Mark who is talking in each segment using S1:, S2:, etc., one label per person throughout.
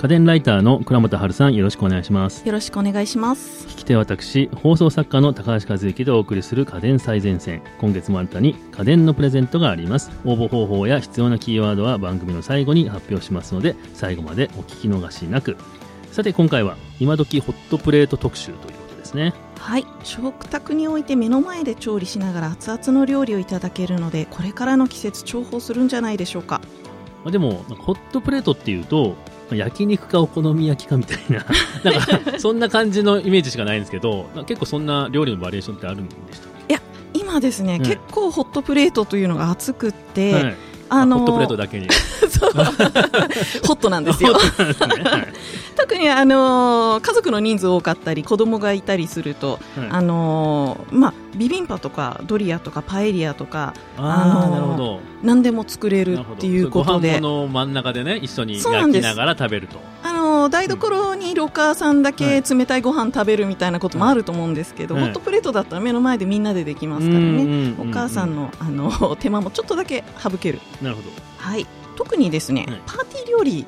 S1: 家電ライターの倉本春さんよろしくお願いします
S2: よろしくお願いします
S1: 聞き手は私放送作家の高橋和之でお送りする家電最前線今月も新たに家電のプレゼントがあります応募方法や必要なキーワードは番組の最後に発表しますので最後までお聞き逃しなくさて今回は今時ホットプレート特集ということですね
S2: はい食卓において目の前で調理しながら熱々の料理をいただけるのでこれからの季節重宝するんじゃないでしょうか
S1: まあ、でもなんかホットプレートっていうと焼肉かお好み焼きかみたいな なんかそんな感じのイメージしかないんですけどなんか結構そんな料理のバリエーションってあるんでしたっ
S2: 今ですね、
S1: うん
S2: 結構ホットプレートというのが熱くっ
S1: け、
S2: て、
S1: はい
S2: あの
S1: ホットプレートだけに
S2: そうホットなん ですよ特にあの家族の人数多かったり子供がいたりすると、あのまあビビンパとかドリアとかパエリアとか
S1: あ
S2: あ
S1: あ
S2: の
S1: なるほど
S2: 何でも作れ
S1: な
S2: る
S1: るほど
S2: っていうこと
S1: ご
S2: で
S1: 飯の真ん中でね一緒に
S2: そうな
S1: 焼
S2: ん
S1: き
S2: です
S1: ながら食べると
S2: あの台所にいるお母さんだけ冷たいご飯食べるみたいなこともあると思うんですけど、
S1: はい
S2: ホットプレートだったら目の前でみんなでできますからね、お母さん
S1: の
S2: のあの手間もちょっとだけ省ける、
S1: なるほど
S2: はい、特にですね、
S1: はい
S2: パーティー料理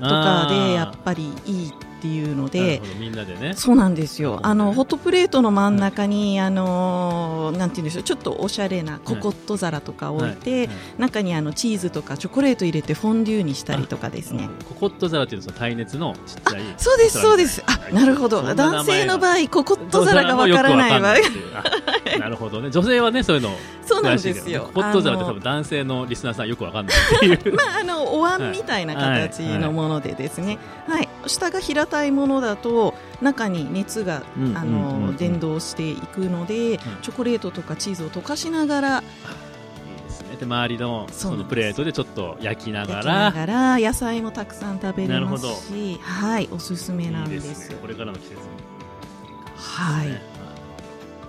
S1: と
S2: とかでやっぱりいいっていうので。
S1: みんなでね
S2: そうなんですよ。あ
S1: なるほど
S2: の
S1: ね
S2: ホットプレートの真ん中に、あのなんて言うんでしょう、ちょっとおしゃれなココット皿とか置いて、
S1: はは
S2: 中にあのチーズとかチョコレート入れてフォンデューにしたりとかですね。
S1: ココット皿っていうのはその耐熱のちっちゃい
S2: そうです、そうです。
S1: は
S2: あ、
S1: い
S2: なるほ
S1: そ
S2: ど。
S1: んな名前が
S2: 男性の場合、ココット皿がわからないわ。
S1: あなるほどね。女性はね、そういうの
S2: そうなん
S1: 詳し
S2: で
S1: いけど
S2: す
S1: ね。
S2: よ。
S1: ホット皿って
S2: あ
S1: 多
S2: の
S1: 分男性のリスナーさんよくわかんないっていう。
S2: まあ、あの、お椀みたいな形のものでですね。はい。下が平たいものだと、中に熱が、
S1: うん
S2: あ
S1: うんうんう
S2: の、
S1: ん
S2: 伝導していくので、チョコレートとかチーズを溶かしながら、
S1: いいですね。で、周りの
S2: そう
S1: そ
S2: なんです
S1: のプレートでちょっと焼きな
S2: 焼
S1: が
S2: き
S1: ら
S2: な。がら、野菜もたくさん食べれま
S1: なる
S2: すし、はい、おすすめなん
S1: いい
S2: で
S1: です
S2: す
S1: ね。。これからの季節にね。
S2: はい。
S1: でも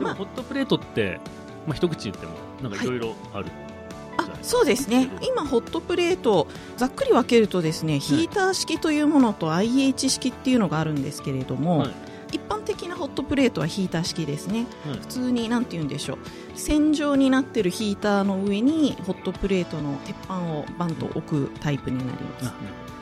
S2: まあ
S1: ホットプレートって、まあ一口言ってもなんかいろいろある。
S2: あそうですね今、ホットプレートざっくり分けるとですねヒーター式というものと IH 式っていうのがあるんですけれども、
S1: はい
S2: 一般的なホットプレートはヒーター式ですね
S1: はい
S2: 普通になんて言うんでしょう線状になってるヒーターの上にホットプレートの鉄板をバンと置くタイプになります。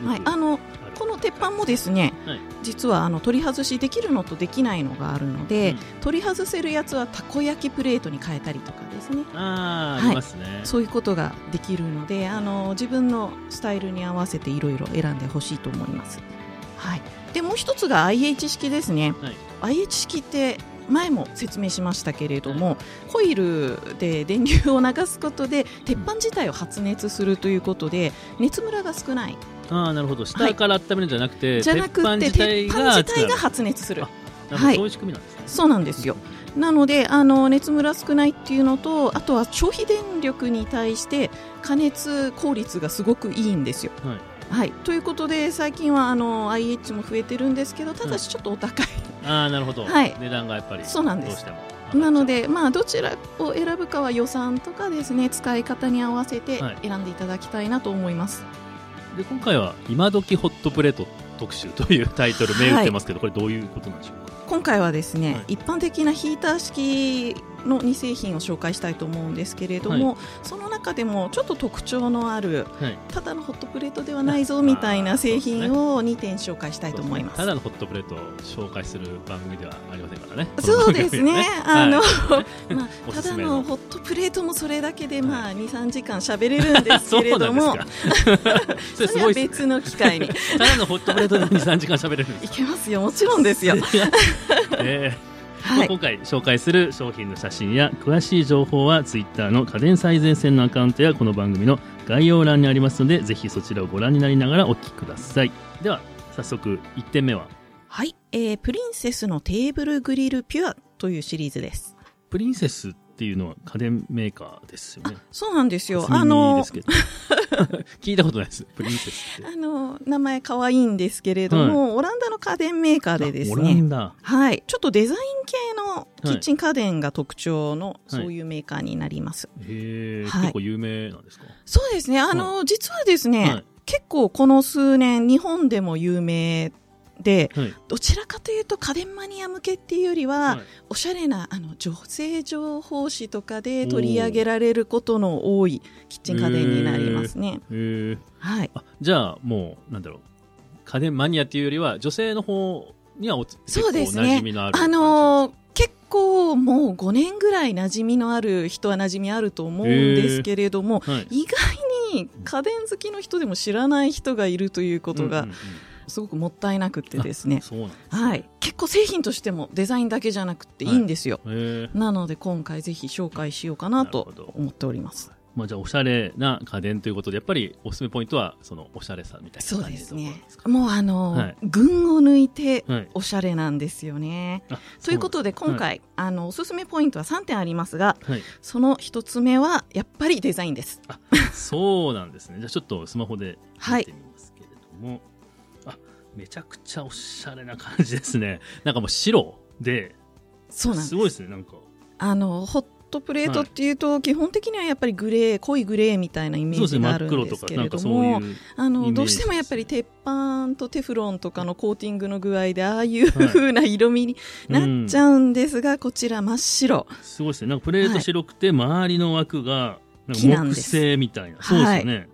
S1: あ
S2: はい、
S1: よく
S2: あの
S1: ある
S2: この鉄板もですね、
S1: はい
S2: 実はあの取り外しできるのとできないのがあるので、
S1: うん
S2: 取り外せるやつはたこ焼きプレートに変えたりとかですね
S1: あー
S2: は
S1: あ
S2: い
S1: りますね。
S2: そういうことができるのであの自分のスタイルに合わせていろいろ選んでほしいと思います、はい、でもう一つが IH 式ですね、IH 式って前も説明しましたけれども、コイルで電流を流すことで鉄板自体を発熱するということで熱ムラが少ない
S1: ああなるほど下から温めるんじゃなくて、
S2: じゃなくて
S1: 鉄板
S2: 鉄
S1: 自体が
S2: 板自
S1: 熱く
S2: 体
S1: なる
S2: が発熱する
S1: あなるほどそういう仕組みなんですね
S2: そうなんですよなのであの熱ムラ少ないっていうのとあとは消費電力に対して加熱効率がすごくいいんですよ
S1: はい
S2: はい、ということで最近はあの IH も増えてるんですけどただしちょっとお高い、
S1: ああなるほど、
S2: はい
S1: 値段がやっぱり
S2: そうなんです
S1: どうしても
S2: なので、まあ、どちらを選ぶかは予算とかですね使い方に合わせて
S1: はい
S2: 選んでいただきたいなと思います、
S1: で今回は「今時ホットプレート特集」というタイトル銘打ってますけど、これどういうことなんでしょうか
S2: 今回はですね、
S1: はい
S2: 一般的なヒーター式の2製品を紹介したいと思うんですけれども、その中でもちょっと特徴のある
S1: はい
S2: ただのホットプレートではないぞみたいな製品を2点紹介したいと思います
S1: ただのホットプレートを紹介する番組ではありませんからね
S2: そうですねあの、 まあ
S1: お、す
S2: た
S1: す
S2: だ
S1: めの
S2: のホットプレートもそれだけで、まあ、2、3時間喋れるんで す
S1: そ
S2: けれ
S1: うな
S2: ど
S1: んです
S2: も
S1: か、それ
S2: そ
S1: す
S2: れ
S1: ご
S2: はい
S1: です
S2: 別の機会 に。
S1: ただのホットプレートで23時間喋れるんで
S2: い
S1: すか
S2: けますよ、もちろんで すよ。
S1: いやえー
S2: はい。
S1: 今回紹介する商品の写真や詳しい情報は Twitter の家電最前線のアカウントやこの番組の概要欄にありますのでぜひそちらをご覧になりながらお聞きくださいでは早速1点目は
S2: はい。えー、プリンセスのテーブルグリルピュアというシリーズです。
S1: プリンセスっていうのは家電メーカーですよね
S2: そうなんですよ。
S1: 初
S2: あ
S1: 耳で
S2: の
S1: す、けど 聞いたことないですプリンセスって
S2: あの、名前可愛いんですけれども、オランダの家電メーカーでです
S1: あオラ
S2: ね
S1: ン、ダ
S2: はい。ちょっとデザイン系のキッチン家電が特徴の、そういうメーカーになります。
S1: へえ、
S2: はい
S1: 結構有名なんですか
S2: そうですね。あの、実はですね、
S1: はい
S2: 結構この数年、日本でも有名で、
S1: はい
S2: どちらかというと家電マニア向けっていうよりは、
S1: はい
S2: おしゃれなあの女性情報誌とかで取り上げられることの多いキッチン家電になりますね。
S1: へえ
S2: はい。
S1: あじゃあもうなんだろう家電マニアっていうよりは女性の方にはおつ結
S2: そうで
S1: 構
S2: す
S1: お
S2: ね
S1: なじみのある
S2: あ
S1: 感じ、
S2: のー結構もう5年ぐらい馴染みのある人は馴染みあると思うんですけれども、
S1: はい、
S2: 意外に家電好きの人でも知らない人がいるということ
S1: う
S2: が
S1: んうん
S2: すごくもったいなくてです
S1: う
S2: ね
S1: ん、そうなんです
S2: はい、結構製品としてもデザインだけじゃなくていいんですよ、
S1: へー
S2: なので今回ぜひ紹介しようかな
S1: な
S2: と
S1: るほど
S2: 思っております
S1: まあ、じゃあおしゃれな家電ということでやっぱりおすすめポイントはそのおしゃれさみたい
S2: そ
S1: な
S2: う
S1: 感
S2: で
S1: じの
S2: す
S1: ところ
S2: ね
S1: ですか
S2: もうあのー、
S1: はい
S2: 群を抜いて
S1: はい
S2: おしゃれなんですよね、
S1: あ
S2: ということで
S1: そうな
S2: 今
S1: ん
S2: 回、あのおすすめポイントは3点ありますが
S1: はい、
S2: その1つ目はやっぱりデザインです
S1: そうなんですね。じゃあちょっとスマホで
S2: は
S1: 見
S2: い
S1: てみますけれども、あめちゃくちゃおしゃれな感じですね。なんかもう白で、
S2: そうなんです
S1: すごいですね、なんか。
S2: あのホットプレートっていうと、基本的にはやっぱりグレー濃いグレーみたいなイメ
S1: そうで
S2: ー
S1: す
S2: ジ
S1: ね、
S2: が
S1: 真
S2: あ
S1: っ
S2: る
S1: 黒
S2: んで
S1: と
S2: す
S1: か、
S2: け
S1: なん
S2: れ
S1: か
S2: ど
S1: そうい
S2: も
S1: う。
S2: あ
S1: イメー
S2: の
S1: ジ
S2: どうしてもやっぱり鉄板とテフロンとかのコーティングの具合でああいう
S1: はい
S2: 風な色味になっちゃうんですが、こちら真っ白
S1: すごいですね。なんかプレート白くて、周りの枠が、なん
S2: 木
S1: か
S2: なん
S1: 木
S2: です
S1: 製みたいな。そうです
S2: はい
S1: よね。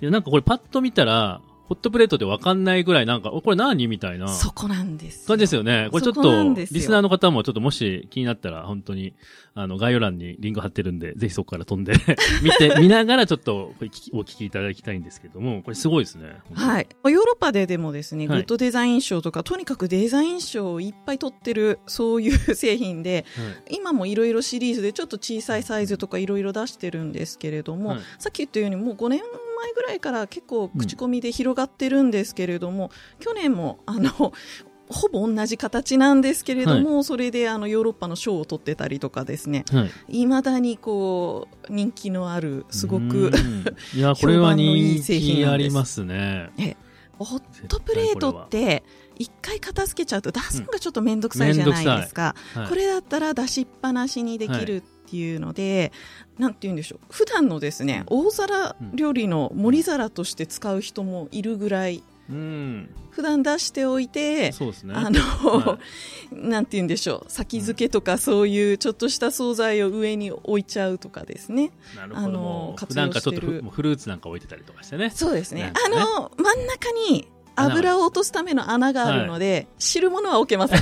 S1: でなんかこれパッと見たら、ホットプレートってわかんないぐらい、なんか、おこれ何みたいな。
S2: そこなんです
S1: 感じですよね。これちょっ
S2: そこな
S1: と、
S2: ん
S1: リ
S2: ですよ
S1: スナーの方もちょっともし気になったら、本当に、あの、概要欄にリンク貼ってるんで、ぜひそこから飛んで、 見て、見ながらちょっとこれ聞きお聞きいただきたいんですけども、これすごいですね。。
S2: はいい、ヨーロッパででもですね、
S1: はい
S2: グッドデザイン賞とかとにかくデザイン賞をいっぱい取ってるそういう 製品で今もいろいろシリーズでちょっと小さいサイズとかいろいろ出してるんですけれども、
S1: はい
S2: さっき言ったようにもう5年前ぐらいから結構口コミで広がってるんですけれども、去年もあの ほぼ同じ形なんですけれども、それであのヨーロッパの賞を取ってたりとかですね
S1: はい。
S2: いまだにこう人気のあるすご
S1: う
S2: く
S1: ーん。いや、これは
S2: 評判のい
S1: 人
S2: い製品
S1: 気
S2: な
S1: あ
S2: んです
S1: りますね。
S2: ホットプレートって一回片付けちゃうと出すのがちょっと面倒くさいじゃないですか、
S1: はい、
S2: これだったら出しっぱなしにできるっていうので、なんて言うんでしょう普段のですね大皿料理の盛り皿として使う人もいるぐらい
S1: うん。
S2: 普段出しておいて、
S1: そうですね。
S2: あの、
S1: は
S2: なんて言うんでしょう先付けとかそういうちょっとした惣菜を上に置いちゃうとかですね、
S1: なるほ
S2: あ
S1: ど。
S2: の
S1: もう
S2: 活用
S1: なんかちょっと
S2: してる
S1: ふもうフルーツなんか置いてたりとかしてね。
S2: そうですね
S1: なんかね
S2: あの真ん中に油を落とすための穴があるので、知るものは置け ません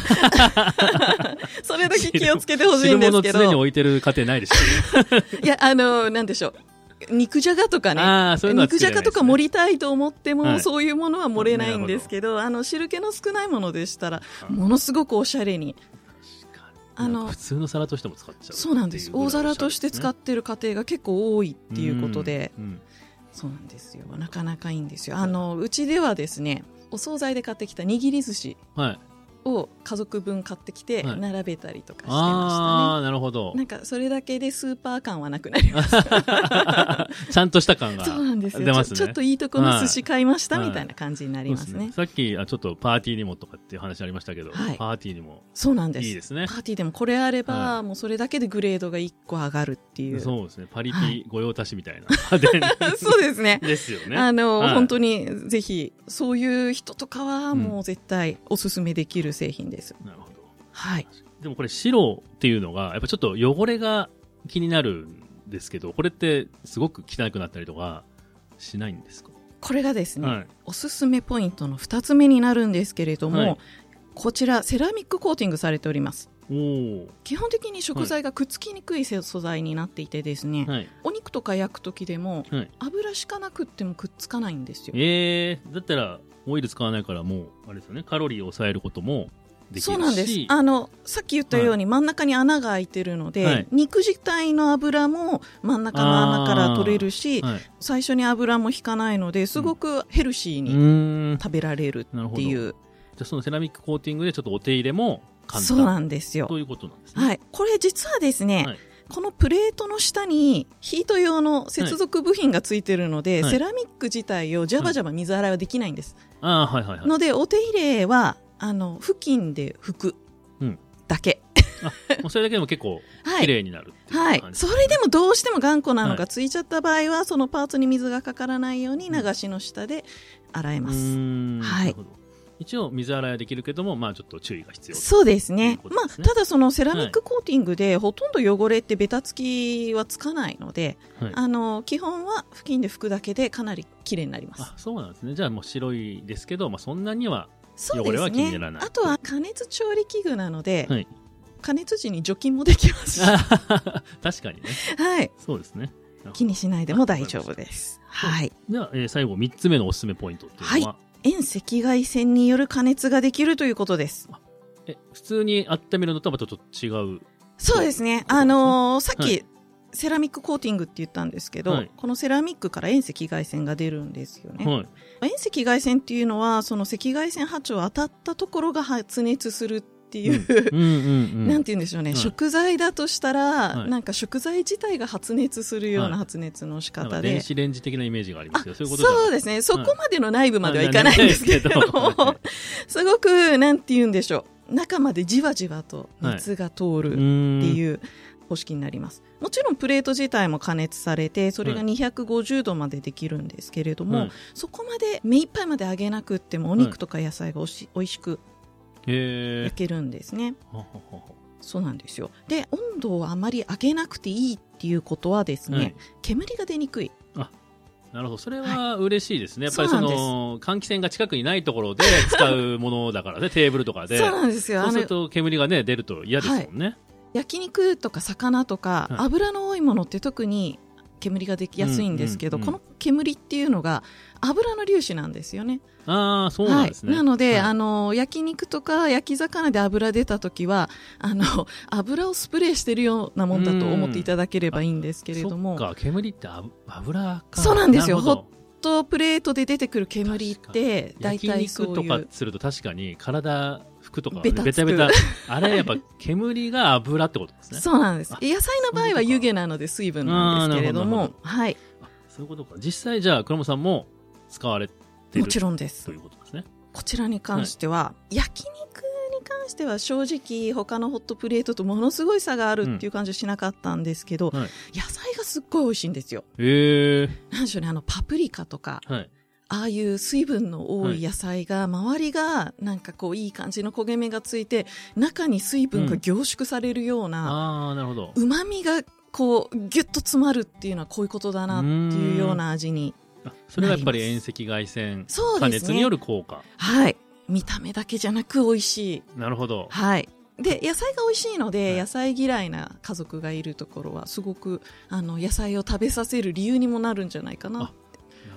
S2: それだけ気をつけてほしいんですけ
S1: 汁物常に
S2: ど
S1: 置いてる家庭ない でしょ。
S2: いや、あの、なんでしょう。肉じゃがとかね。
S1: ああ、そういうのは作
S2: 肉
S1: れ
S2: じ
S1: な
S2: ゃ
S1: い
S2: がとか盛りたいと思っても、
S1: はい
S2: そういうものは盛れないんですけど、あの、汁気の少ないものでしたら、ものすごくおしゃれに。
S1: 確かに
S2: あの
S1: なんか普通の皿としても使っちゃう
S2: そうなんです。大皿として使
S1: っ
S2: ってる家庭が結構多いっていうことで、
S1: うんうん
S2: そうなんですよ。なかなかいいんですよ。あの、うちではですね、お惣菜で買ってきた握り寿司
S1: はい、
S2: を家族分買ってきて、
S1: はい
S2: 並べたりとかして
S1: あ
S2: ま
S1: あなるほど
S2: したね。なんか、それだけでスーパー感はなくなりました。
S1: ちゃんとした感が
S2: そうなんですよ
S1: 出ますね
S2: ちょちょっといいとこの寿司買いました
S1: はい
S2: みたいな感じになります
S1: そうです
S2: ね。
S1: さっきあちょっとパーティーにもとかっていう話ありましたけど、
S2: はい
S1: パーティーにも
S2: そうなんです。
S1: いいですね
S2: パーティーでもこれあれ
S1: は
S2: ば、もうそれだけでグレードが1個上がるっていう。そう
S1: そうですねパリ
S2: は
S1: ピ
S2: い
S1: 御用達みたい な家電
S2: ですね。
S1: ですよね
S2: あの、
S1: はい
S2: 本当にぜひ、そういう人とかは
S1: うん
S2: もう絶対おすすめできる製品です。
S1: なるほど
S2: はい。
S1: でもこれ白っていうのがやっぱちょっと汚れが気になるんですけどこれってすごく汚くなったりとかしないんですか、
S2: これがですね、
S1: はい
S2: おすすめポイントの2つ目になるんですけれども、
S1: はい
S2: こちらセラミックコーティングされております。
S1: お
S2: 基本的に食材がくっつきにくい素材になっていてですね、
S1: おはい
S2: お肉とか焼く時でも、
S1: はい
S2: 油しかなくってもくっつかないんですよ
S1: えー、だったらオイル使わないからもうあれですよねカロリーを抑えることもできるし
S2: そうなんですあのさっき言ったように真ん中に穴が開いてるので、
S1: はい
S2: 肉自体の油も真ん中の穴から取れるし、
S1: はい、
S2: 最初に油も引かないのですごくヘルシー
S1: う
S2: に
S1: ーんじゃ
S2: 食べられるってい
S1: な
S2: う、
S1: あそのセラミックコーティングでちょっとお手入れも簡単
S2: そうなんですよ
S1: ということなんですね
S2: はい、これ実はですね、
S1: はい
S2: このプレートの下にヒート用の接続部品がついてるので、
S1: はい
S2: セラミック自体をジャバジャバ水洗いはできないんです、
S1: ああはいはいはい
S2: のでお手入れはあの布巾で拭く
S1: うん
S2: だけ、
S1: もうそれだけでも結構
S2: はい
S1: 綺麗になるっていう
S2: はい
S1: 感、じ
S2: それでもどうしても頑固なの
S1: はい
S2: がついちゃった場合は、そのパーツに水がかからないように流しの下で洗え
S1: う
S2: ます、
S1: ーん
S2: はい
S1: なるほど一応水洗いはできるけども、まあ、ちょっと注意が必要
S2: そうですね
S1: というこ
S2: ま
S1: とです
S2: あ、
S1: ね
S2: ただそのセラミックコーティングでほとんど汚れってベタつきはつかないので、
S1: はい
S2: あの基本は布巾で拭くだけでかなり綺麗になります
S1: あそうなんですねじゃあもう白いですけど、まあ、そんなには
S2: そうです
S1: 汚れ
S2: ね
S1: は気にならない
S2: あとは加熱調理器具なので、
S1: はい
S2: 加熱時に除菌もできますし、は
S1: あ確かにね
S2: い、
S1: そうですね
S2: 気にしないでも大丈夫ですはい
S1: では、えー最後3つ目のおすすめポイントっていうのは、
S2: 遠赤外線による加熱ができるということです
S1: え普通に温めるのとはまたちょっと違う
S2: そうですね。
S1: そう
S2: あのーさっき、
S1: はい
S2: セラミックコーティングって言ったんですけど、
S1: はい
S2: このセラミックから遠赤外線が出るんですよね。
S1: はい
S2: 遠赤外線っていうのは、その赤外線波長当たったところが発熱するっていう、
S1: うんうんう
S2: なんんて言うんでしょうね、
S1: はい
S2: 食材だとしたら、
S1: はい
S2: なんか食材自体が発熱するよう
S1: はい
S2: な発熱の仕
S1: なん
S2: 方
S1: か
S2: で。
S1: 電子レンジ的なイメージがありま
S2: あ
S1: すよそういうことじゃな
S2: そう
S1: い
S2: ですね。そこまでの内部まではいかないんですけれど
S1: は
S2: も
S1: い、はい
S2: すごく、なんて言うんでしょう。中までじわじわと熱が通る
S1: う
S2: って
S1: ーん
S2: いう方式になります。もちろんプレート自体も加熱されて、それが
S1: は
S2: 250度までできるんですけれども、
S1: はい
S2: そこまで目いっぱいまで揚げなくっても、お肉とか野菜がおし、美味しく
S1: へえ
S2: 焼けるんですね。
S1: はははは
S2: そうなんですよ。で、温度をあまり上げなくていいっていうことはですね、
S1: はい
S2: 煙が出にくい。
S1: なるほどそれは嬉しいですね、
S2: は
S1: や
S2: い
S1: っぱりそ
S2: そう
S1: の換気扇が近くにないところで 使うものだからねテーブルとか
S2: そう
S1: で
S2: なんですよ。
S1: そう
S2: あ
S1: す
S2: の
S1: る、と煙がね出ると嫌ですもんね、
S2: 焼肉とか魚とか、
S1: はい
S2: 油の多いものって特に煙ができやすいんですけど、
S1: うんうんうん
S2: この煙っていうのが油の粒子なんですよね。
S1: ああそうなんですね、
S2: はい、なので、
S1: はい
S2: あの焼肉とか焼き魚で油出た時はあの油をスプレーしてるようなもんだと思っていただければいいんですけれども
S1: そっか煙ってあぶ油か
S2: そうなんですよ
S1: るほど
S2: とプレートで出てくる煙って大
S1: 焼
S2: 体そ
S1: 肉
S2: う
S1: と
S2: い
S1: か
S2: う。
S1: すると確かに体服とか、ね、
S2: ベタつく
S1: ベタベタあれやっぱ煙が油ってことですね
S2: そうなんです
S1: あ
S2: 野菜の場合は湯気なので水分なんですけれど
S1: あーなる
S2: も
S1: ほ
S2: はい
S1: あそういうことか実際じゃあ倉本さんも使われてる
S2: もちろんです
S1: ということですね
S2: こちらに関しては、焼肉に関しては正直他のホットプレートとものすごい差があるっていう感じはしなかったんですけど、
S1: はい
S2: 野菜がすっごい美味しいんですよ
S1: え
S2: なんでしょうねあのパプリカとか
S1: えはい
S2: ああいう水分の多い野菜が、周りがなんかこういい感じの焦げ目がついて、中に水分が凝縮されるような、
S1: ああなるほど
S2: 旨味がこうギュッと詰まるっていうのはこういうことだなっていうような味に。
S1: あそれがやっぱり遠赤外線
S2: そう
S1: 加
S2: です
S1: 熱によ
S2: ね。
S1: る効果、
S2: はい。見た目だけじゃなく美味しい。
S1: なるほど
S2: はい。で、野菜が美味しいので、
S1: はい
S2: 野菜嫌いな家族がいるところは、すごく、あの、野菜を食べさせる理由にもなるんじゃないかな。
S1: な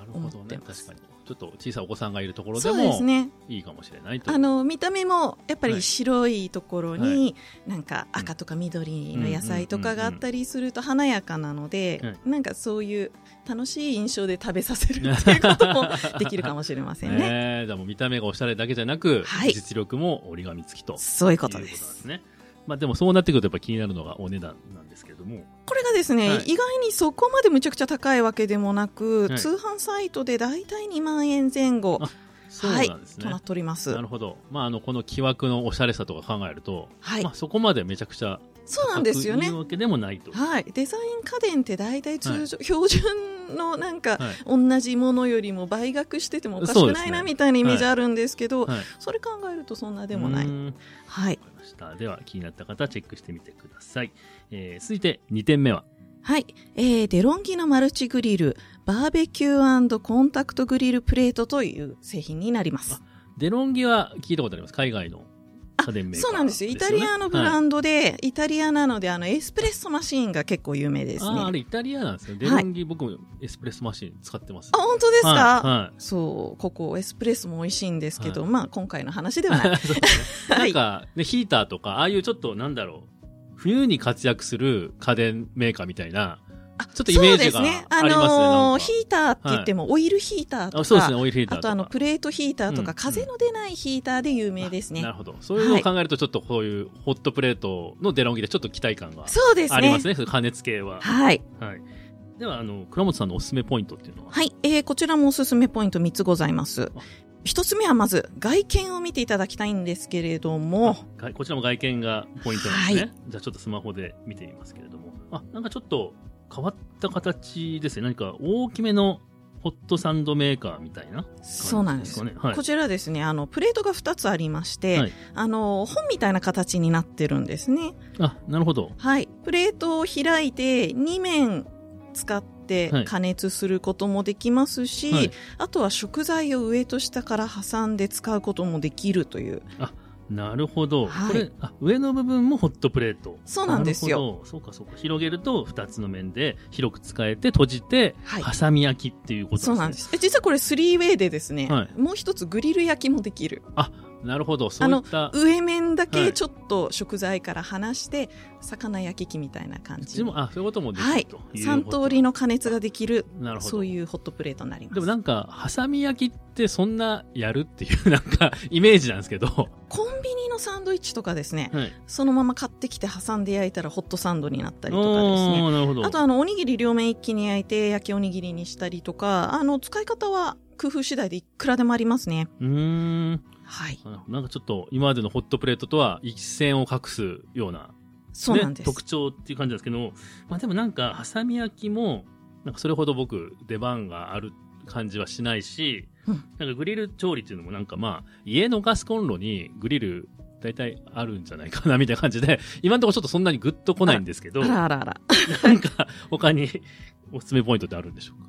S1: るほど
S2: 思って
S1: ね
S2: ま
S1: 確
S2: す
S1: かにちょっと小さいお子さんがいるところで
S2: そうで
S1: も
S2: すね。
S1: いいかもしれないという
S2: あの見た目もやっぱ
S1: はい
S2: り白いところに、
S1: は
S2: なんか赤とか緑の野菜とかがあったりすると華やかなので、
S1: はい
S2: なんかそういう楽しい印象で食べさせるっていうこともできるかもしれません ね。
S1: ええじゃあもう見た目がおしゃれだけじゃなく、
S2: はい
S1: 実力も折り紙付きという
S2: そういうこ
S1: こと
S2: と
S1: なん
S2: で。
S1: ですすね。まあでもそうなってくるとやっぱ気になるのがお値段なんですけれども。
S2: これがですね、
S1: はい
S2: 意外にそこまでむちゃくちゃ高いわけでもなく、
S1: はい
S2: 通販サイトでだいたい2万円前後、
S1: あそうなんです
S2: と
S1: ね。
S2: なっております。
S1: なるほど。まああのこの木枠のおしゃれさとか考えると、
S2: はい
S1: まあ、そこまでめちゃくちゃ
S2: そうなんですよ
S1: 高く
S2: ね
S1: いい。わけでもないと。
S2: はい、デザイン家電って大体通常、標準のなん
S1: は
S2: か、
S1: い
S2: 同じものよりも倍額しててもおかし
S1: そう
S2: く
S1: です
S2: な
S1: ね
S2: いなみたいなイメージあるんですけど、
S1: はい、
S2: それ考えるとそんなでもないう
S1: ー。んわか
S2: はい。
S1: りました。では気になった方チェックしてみてください。えー、続いて2点目は、
S2: はい。えー、デロンギのマルチグリル、バーベキューコンタクトグリルプレートという製品になります。
S1: デロンギは聞いたことあります。海外の家電メーカー、
S2: そうなんですよ。イタリアのブラ
S1: ン
S2: ンドで、イタリアなので、あの、エスプレッソマシーンが結構有名ですね。
S1: あーあ
S2: あ
S1: れイタリアなんですね。デロンギ、僕もエスプレッソマシン使ってます。
S2: 本当ですか、
S1: はい
S2: そう、ここエスプレッソも美味しいんですけど、
S1: は
S2: まあ今回の話で はない。
S1: はいそうですねなんか、ね、ヒーターとか、ああいうちょっとなんだろう、冬に活躍する家電メーカーみたいな、ちょっとイメージがありますね。
S2: そうですね。あ
S1: なん
S2: の
S1: か
S2: ヒーターって言っても、オイルヒーターと
S1: あそうですね、
S2: か、
S1: オイルヒーター
S2: あ
S1: とか。
S2: とあの、プレートヒーターと
S1: うんう
S2: か、
S1: ん
S2: 風の出ないヒーターで有名です
S1: あな
S2: ね
S1: る。ほど。そういうのを考えると、ちょっとこういうホットプレートのデロンギでちょっと期待感が
S2: そうです
S1: ありま
S2: ね
S1: す。ね、そういう加熱系は。
S2: はい。
S1: はい。では、あの、倉本さんのおすすめポイントっていうのは、
S2: はい。えー、こちらもおすすめポイント3つございます
S1: あ。
S2: 一つ目はまず、外見を見ていただきたいんですけれども、
S1: がこちらも外見がポイントなんですね。
S2: は
S1: じゃあちょっとスマホで見てみますけれども。あ、なんかちょっと変わった形ですね。何か大きめのホットサンドメーカーみたいな、
S2: そうなんです。
S1: ね。はい
S2: こ。ちらですね、あの、プレートが2つありまして、
S1: はい
S2: あの、本みたいな形になってるんですね。
S1: あ、なるほど。
S2: はい。プレートを開いて2面使って
S1: はい
S2: 加熱することもできますし、
S1: はい
S2: あとは食材を上と下から挟んで使うこともできるという。
S1: なるほど。
S2: はい
S1: これあ、上の部分もホットプレート。
S2: そうなんですよ
S1: なるほど。そうかそうか。広げると2つの面で広く使えて閉じて、
S2: はい
S1: 挟み焼きっていうことですね。
S2: そうなんです。え実はこれ 3way でですね、
S1: はい
S2: もう一つグリル焼きもできる。
S1: なるほど。そういった。
S2: 上面だ
S1: は
S2: け
S1: い
S2: ちょっと食材から離して、魚焼き器みたいな感
S1: う
S2: じ
S1: ち。も、あ、そういうこともできる、
S2: はい
S1: という
S2: 3
S1: こと
S2: 通りの加熱ができる、
S1: なるほど。
S2: そういうホットプレートになります。
S1: でもなんか、ハサミ焼きってそんなやるっていうなんか、イメージなんですけ ど。は
S2: コンビニのサンドイッチとかですね、
S1: い。
S2: そのまま買ってきて挟んで焼いたらホットサンドになったりとかですね。
S1: おー、なるほど。
S2: あとあの、おにぎり両面一気に焼いて焼きおにぎりにしたりとか、あの、使い方は工夫次第でいくらでもありますね。
S1: うーん。
S2: はい。
S1: なんかちょっと、今までのホットプレートとは一線を画すような、
S2: そうなん
S1: ね
S2: です。
S1: 特徴っていう感じなんですけども、まあでもなんか、ハサミ焼きも、なんかそれほど僕、出番がある感じはしないし、
S2: うん
S1: なんかグリル調理っていうのもなんかまあ、家のガスコンロにグリル、大体あるんじゃないかな、みたいな感じで、今のところちょっとそんなにグッと来ないんですけど、
S2: あらあらあら。
S1: なんか、他におすすめポイントってあるんでしょう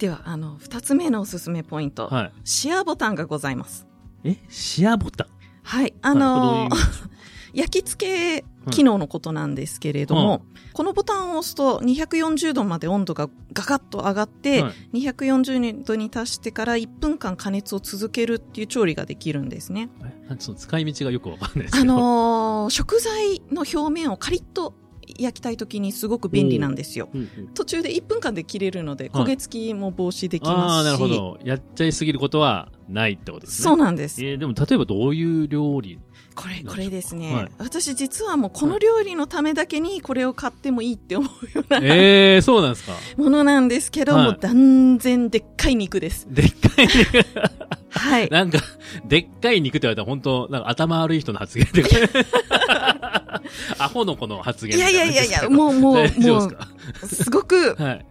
S2: では、あの、二つ目のおすすめポイント。
S1: かはい。
S2: シェアボタンがございます。
S1: えシアボタン
S2: はい。あ
S1: はいこ
S2: の
S1: れどういう意味でしょ
S2: 焼き付け機能のことなんですけれども、
S1: はい
S2: このボタンを押すと240度まで温度がガガッと上がって、
S1: はい
S2: 240度に達してから1分間加熱を続けるっていう調理ができるんですね。
S1: えなんかその使い道がよくわかんないですけど。
S2: あのー食材の表面をカリッと焼きたい時にすごく便利なんですよ。
S1: うんうん
S2: 途中で1分間で切れるので
S1: はい
S2: 焦げ付きも防止でき
S1: あ
S2: ま
S1: あ、
S2: す
S1: な
S2: し、
S1: るほど。やっちゃいすぎることはないってことですね。
S2: そうなんです。
S1: えーでも例えばどういう料理
S2: これ、これですね、
S1: はい
S2: 私実はもうこの料理のためだけにこれを買ってもいいって思うような、
S1: ええそうなんですか
S2: ものなんですけど、
S1: はい
S2: もう断然でっかい肉です。
S1: でっかい肉。
S2: は い。
S1: なんか、でっかい肉って言われたら本当なんか頭悪い人の発言で。 アホの子の発
S2: い
S1: 言み
S2: や
S1: た
S2: い
S1: な感
S2: やい
S1: じです
S2: やい
S1: け
S2: や、
S1: ど
S2: もうも
S1: 大
S2: う、
S1: 丈
S2: も
S1: 夫
S2: う
S1: で、
S2: すごく
S1: すかはい。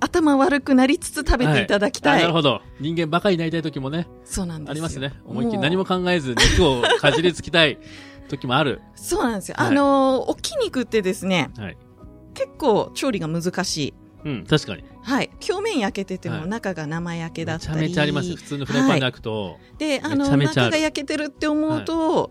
S2: 頭悪くなりつつ食べていただきた
S1: あ
S2: い。
S1: なるほど。人間ばかりになりたい時もね、
S2: そうなんですよ。
S1: ありますね。思いっきり
S2: う
S1: 何も考えず肉をかじりつきたい 時もある。
S2: そうなんですよ。
S1: はい
S2: あのー、大きい肉ってですね、
S1: はい。
S2: 結構調理が難しい。
S1: うん、確かに。
S2: はい。表面焼けてて
S1: は
S2: も
S1: い
S2: 中が生焼けだ
S1: め
S2: っ
S1: ちゃ
S2: たり。
S1: めちゃありますよ。普通のフライパンで焼くと。
S2: で、あ
S1: め
S2: の
S1: ちゃめちゃある
S2: 中が焼けてるって思うと、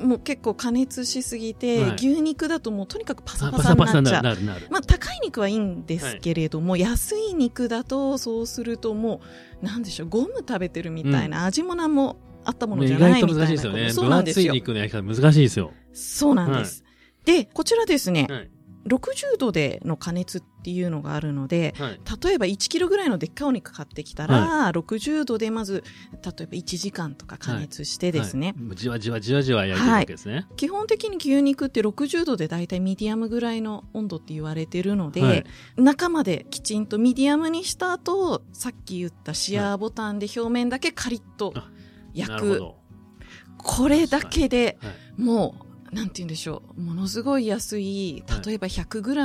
S2: もう結構加熱しすぎて、
S1: はい
S2: 牛肉だともうとにかくパ
S1: あ
S2: サパ
S1: パ
S2: サ
S1: サ
S2: に
S1: パサに
S2: な
S1: な
S2: っ
S1: る、
S2: ちゃう。
S1: なる、なる。
S2: まあ高い肉はいいんですけれども、安い肉だとそうするともう、なんでしょう、ゴム食べてるみたいな、味も何もあったもの
S1: ね
S2: じ
S1: 意
S2: ゃな
S1: 外
S2: い
S1: と
S2: みた
S1: 難しい
S2: い
S1: です
S2: な
S1: よね。
S2: こと。そう
S1: 分
S2: なんで
S1: 厚
S2: す
S1: い
S2: よ。
S1: 肉の焼き方難しいですよ。
S2: そうなんです。で、こちらですね、
S1: はい。
S2: 60度での加熱っていうのがあるので、
S1: はい。
S2: 例えば1キロぐらいのでっかいお肉買ってきたら、60度でまず、例えば1時間とか加熱してですね、
S1: はい。じわじわじわじわ焼いてるわけですね。
S2: 基本的に牛肉って60度でだいたいミディアムぐらいの温度って言われてるので、
S1: はい
S2: 中まできちんとミディアムにした後、さっき言ったシアーボタンで表面だけカリッと
S1: あ
S2: 焼
S1: なるほ
S2: く。
S1: ど。
S2: これだけで
S1: はい。
S2: もう、なんて言うんでしょう。ものすごい安い、
S1: はい
S2: 例えば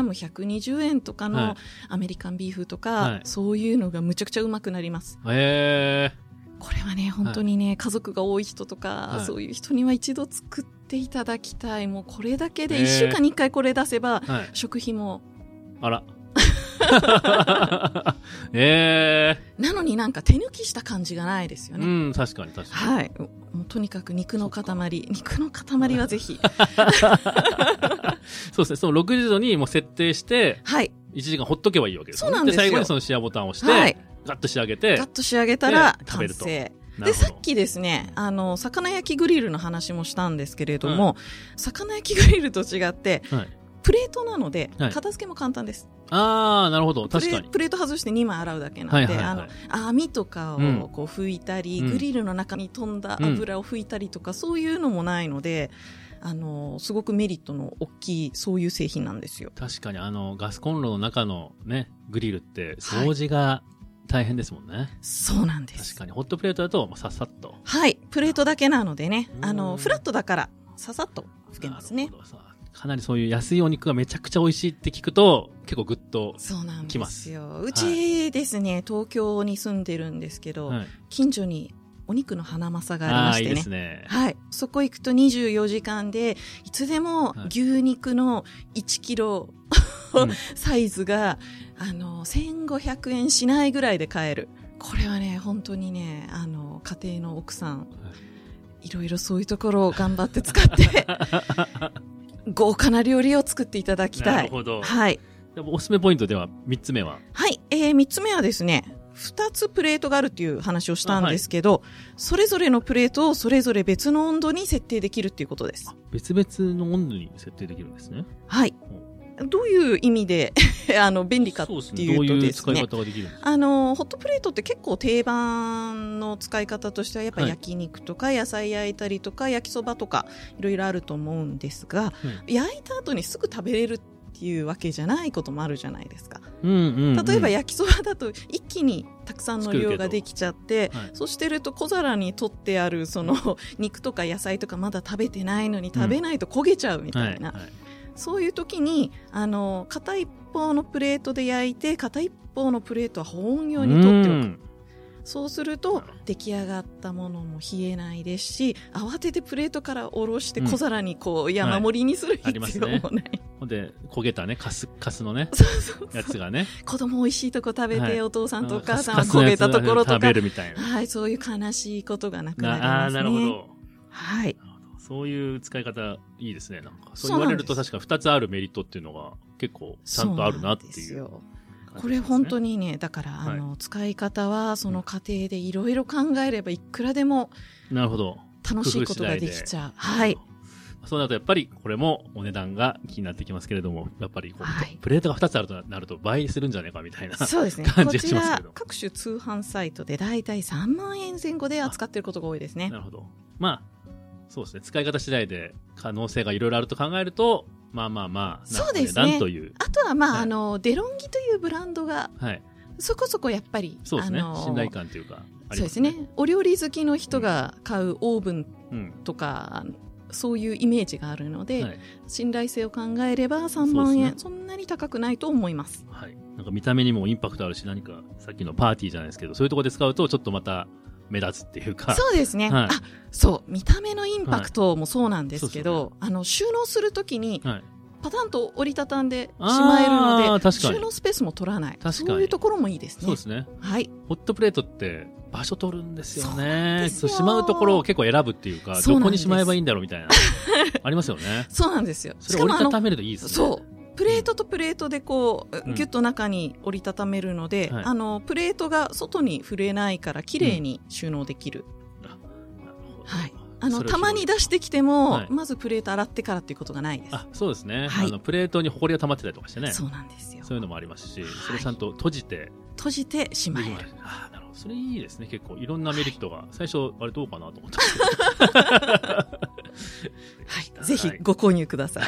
S2: 100g120 円とか
S1: はい
S2: のアメリカンビーフとか、
S1: はい
S2: そういうのがむちゃくちゃうまくなります。
S1: え
S2: これはね、本当にね、家族が多い人とか、
S1: はい
S2: そういう人には一度作っていただきたい。もうこれだけで
S1: ね
S2: 1週間に1回これ出せば
S1: え、ー。はい。
S2: 食費も。
S1: あら。 え
S2: なのになんか手抜きした感じがないです
S1: え
S2: よ
S1: ー。
S2: ね。
S1: うん、確かに確かに。
S2: はい。もうとにかく肉の塊。肉の塊はぜ ひ。
S1: そうですね。その60度にもう設定して、
S2: はい。
S1: 1時間ほっとけばいいわけですね
S2: そうなんですよ
S1: 最後にそのシアボタンを押して、
S2: はい。
S1: ガッと仕上げて、
S2: ガッと仕上げたら
S1: で食べ
S2: 完
S1: ると
S2: 成。
S1: な
S2: で、
S1: るほど
S2: さっきですね、あの、魚焼きグリルの話もしたんですけれども、魚焼きグリルと違って、
S1: はい
S2: プレートなので、
S1: はい
S2: 片付けも簡単です。
S1: ああ、なるほど。確か
S2: プレ
S1: に。
S2: プレート外して2枚洗うだけな
S1: はい
S2: の
S1: はい
S2: で、
S1: はい
S2: あの、網とか
S1: うん
S2: をこう拭いたり、
S1: うん
S2: グリルの中に飛んだ油を拭いたりとか、そういうのもないので、あの、すごくメリットの大きい、そういう製品なんですよ。
S1: 確かに、あの、ガスコンロの中のね、グリルって、掃除が大変ですもんね。
S2: そうなんです
S1: 確。かに。ホットプレートだと、まあさっさっと。
S2: はい。プレートだけなのでね
S1: う、ん
S2: あの、フラットだから、ささっと拭けますね
S1: な。るほどさかなりそういう安いお肉がめちゃくちゃ美味しいって聞くと、結構グッと。
S2: そうなん
S1: 来ま
S2: です
S1: す
S2: よ。うちですね、東京に住んでるんですけど、
S1: はい、
S2: 近所にお肉の花正が
S1: あ
S2: あ
S1: あー、
S2: り
S1: いい
S2: ましてね。
S1: です ね。
S2: はい。そこ行くと24時間で、いつでも
S1: はい
S2: 牛肉の1キロ
S1: うん
S2: サイズが、あの、1500円しないぐらいで買える。これはね、本当にね、あの、家庭の奥さん、いろいろそういうところを頑張って使 って、豪華な料理を作っていただき
S1: な
S2: た
S1: る
S2: い。
S1: ほど。
S2: はい。
S1: でもおすすめポイントでは3つ目は。
S2: はい。えー、三つ目はですね、二つプレートがあるっていう話をしたんですけど、それぞれのプレートをそれぞれ別の温度に設定できるっていうことです。
S1: 別々の温度に設定できるんですね。
S2: はい。どういう意味で、 あの、便利かっていうと
S1: そ
S2: です
S1: ど
S2: ね。
S1: ういう使い方ができるんですか
S2: あの、ホットプレートって結構定番の使い方としては、やっぱ
S1: はい
S2: 焼肉とか野菜焼いたりとか、焼きそばとか、いろいろあると思うんですが、焼いた後にすぐ食べれるっていうわけじゃないこともあるじゃないですか。
S1: うんうんうん
S2: 例えば焼きそばだと一気にたくさんの量ができちゃっ
S1: 作る
S2: て、
S1: けどはい
S2: そうしてると小皿に取ってあるその 肉とか野菜とかまだ食べてないのに食べないと焦げちゃうみたいな、
S1: はいはい
S2: そういう時にあの片一方のプレートで焼いて片一方のプレートは保温用に取ってお
S1: う
S2: く
S1: ん
S2: そうすると出来上がったものも冷えないですし慌ててプレートから下ろして
S1: うん
S2: 小皿にこう
S1: は
S2: 山
S1: い
S2: 盛りにする
S1: あ
S2: 必
S1: ります
S2: 要
S1: ね
S2: もない、
S1: ほんで、焦げたね、カス、カスのね、
S2: そうそう
S1: やつがね。
S2: 子供おいしいとこ食べて、
S1: はい
S2: お父さんとお
S1: カ
S2: 母
S1: ス
S2: さんは
S1: カスの
S2: 焦げ
S1: やつ
S2: たところと
S1: 食
S2: か
S1: べるみたいな。
S2: はい、そういう悲しいことがなくなり
S1: なあ
S2: ま
S1: あー、
S2: すね。
S1: なるほど。
S2: はい。
S1: そういう使い方いいですね。なんかそう
S2: そう
S1: 言
S2: な
S1: わ
S2: ん
S1: れると
S2: で
S1: 確か2つあるメリットっていうのが結構ちゃんとあるなって
S2: そ
S1: いうう
S2: なんですよ。これ本当
S1: に
S2: にね、だから、
S1: はい
S2: あの、使い方は、その過程でいろいろ考えれば、いくらでも
S1: なるほど。
S2: 楽しいことができちゃう。はい。。
S1: そうなるとやっぱりこれもお値段が気になってきますけれども、やっぱりこう、
S2: はい
S1: プレートが2つあるとなると倍するんじゃねえかみたいな。
S2: そ うですね。
S1: 感
S2: こ
S1: じが
S2: ち
S1: します
S2: ら
S1: けど、
S2: 各種通販サイトでだいたい3万円前後で扱ってることが多いですね
S1: な。るほど。まあ、そうですね。使い方次第で可能性がいろいろあると考えると、まあまあまあ、な
S2: そうですね
S1: お値段という。
S2: あとは、まあ、
S1: はい
S2: あの、デロンギというブランドが、
S1: はい。
S2: そこそこやっぱり、
S1: そうですね。
S2: あの
S1: 信頼感というか、あり
S2: そう
S1: ま
S2: ですね。お料理好きの人が買うオーブン
S1: うん。
S2: とか、そういうイメージがあるので、
S1: はい。
S2: 信頼性を考えれば3
S1: そう
S2: 万
S1: で
S2: 円
S1: す
S2: そ,、
S1: ね
S2: んなに高くないと思います
S1: はい。なんか見た目にもインパクトあるし、何かさっきのパーティーじゃないですけど、そういうところで使うとちょっとまた目立つっていうか。
S2: そうですね、
S1: はい
S2: あそう見た目のインパクトもそうなんですけど、
S1: はいそ
S2: あの収納するときに
S1: はい。
S2: パタンと折りたたんでし
S1: あー
S2: まえるので
S1: 確かに
S2: 収納スペースも取らない
S1: 確かに
S2: そういうところもいいですね
S1: そうですね。
S2: はい
S1: ホットプレートって場所取るんですよ
S2: そう
S1: ね。
S2: ですよ
S1: しまうところを結構選ぶっていうか、
S2: そう
S1: ど
S2: なんです
S1: こにしまえばいいんだろうみ たいな。ありますよね。
S2: そうなんですよ
S1: そ
S2: し
S1: れ
S2: か
S1: 折り
S2: もあ
S1: た
S2: の
S1: ためるといいですね。
S2: そうプレートとプレートでこう、
S1: うん
S2: ギュッと中に折りたためるので、
S1: はい
S2: あのプレートが外に触れないから綺麗に収納できる、
S1: なるほど
S2: はいあの
S1: それ
S2: たまに出してきても、
S1: はい
S2: まずプレート洗ってからっていうことがないです
S1: あ、そうですね。
S2: はい
S1: あのプレートに埃が溜まってたりとかしてね。
S2: そうなんですよ
S1: そういうのもありますし、
S2: はい
S1: それちゃんと閉じて
S2: 閉じてしま
S1: で
S2: え
S1: きま
S2: る
S1: す。あーなるほど。それいいですね。結構いろんなメリットが。最初、あれどうかなと思った。
S2: はい、ぜひご購入ください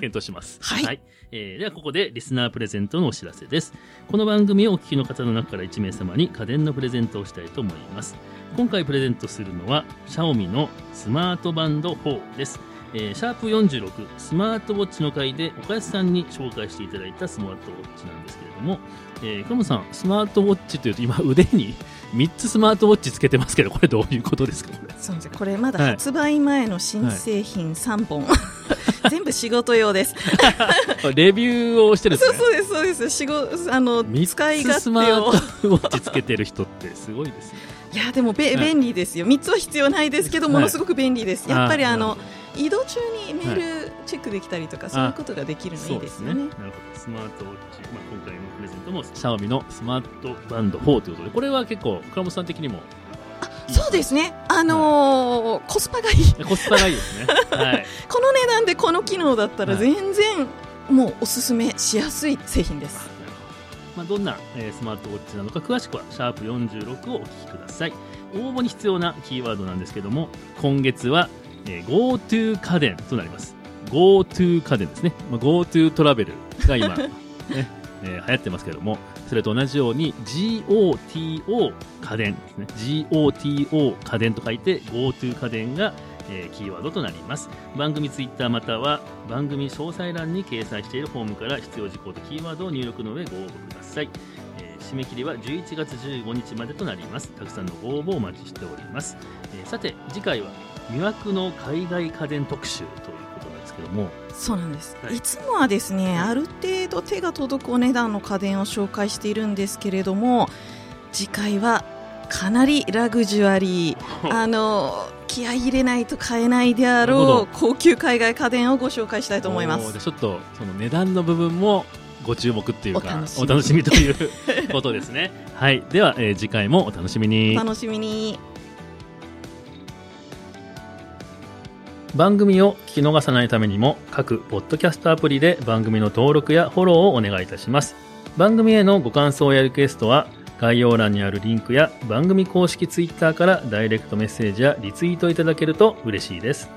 S1: 検討します。
S2: はい
S1: えーではここでリスナープレゼントのお知らせです。この番組をお聞きの方の中から1名様に家電のプレゼントをしたいと思います。今回プレゼントするのは、シャオミのスマートバンド4です。えーシャープ46スマートウォッチの回で岡安さんに紹介していただいたスマートウォッチなんですけれども、えー、クラムさん、スマートウォッチというと今腕に3つスマートウォッチつけてますけど、これどういうことですかこれ
S2: そうですねこれまだ
S1: はい
S2: 発売前の新製品3本、 全部仕事用です。
S1: あ レビューをしてるんです
S2: そう
S1: ね。
S2: そうです、そうです。仕事、あの、
S1: 三
S2: 使い
S1: つス
S2: 勝
S1: マ
S2: 手
S1: ー
S2: を。
S1: トウォッチつけてる人ってすごいですね。
S2: いや、でも、べ、
S1: はい
S2: 便利ですよ。3つは必要ないですけど、
S1: はい
S2: ものすごく便利です。やっぱり、
S1: ー
S2: あ、
S1: な
S2: の
S1: る、
S2: 移動中にメールチェックできたりとか、そういうことができ
S1: ほど
S2: るのい
S1: そ
S2: いう
S1: で
S2: ですす
S1: ね。
S2: よ
S1: なる
S2: ね。
S1: ほど。スマートウォッチ、まあ、今回のプレゼントも、シャオミのスマートバンド4ということで、これは結構、倉本さん的にも、いい
S2: そうですね。あのーコスパがいい。
S1: コスパがいいです ね。はい。
S2: この値段でこの機能だったら、
S1: はい
S2: 全然、もうおすすめしやすい製品です。
S1: まあ、どんな、えースマートウォッチなのか詳しくはシャープ46をお聞きください応募に必要なキーワードなんですけども今月は、えー GoTo 家電となります GoTo 家電ですね、まあ、GoTo トラベルが今、ねえー流行ってますけどもそれと同じように GOTO 家電ですね GOTO 家電と書いて GoTo 家電がえーキーワードとなります番組ツイッターまたは番組詳細欄に掲載しているフォームから必要事項とキーワードを入力の上ご応募ください、えー締め切りは11月15日までとなりますたくさんのご応募をお待ちしております、えーさて次回は魅惑の海外家電特集ということなんですけども
S2: そうなんです、
S1: はい
S2: い、つもはですね、
S1: はい
S2: ある程度手が届くお値段の家電を紹介しているんですけれども次回はかなりラグジュアリーあの気合い入れないと買えないであ
S3: なる
S2: ろ
S3: ほ
S2: う高級海外家電をご紹介したいと思いま
S3: おーじ
S2: す
S3: ゃあちょっとその値段の部分もご注目っていう
S2: お
S3: か
S2: 楽し
S1: お楽しみということです ね
S3: はいでは、えー次回もお楽しみ
S2: お
S3: に
S2: 楽しみに
S1: 番組を聞き逃さないためにも各ポッドキャストアプリで番組の登録やフォローをお願いいたします番組へのご感想やリクエストは概要欄にあるリンクや番組公式ツイッターからダイレクトメッセージやリツイートいただけると嬉しいです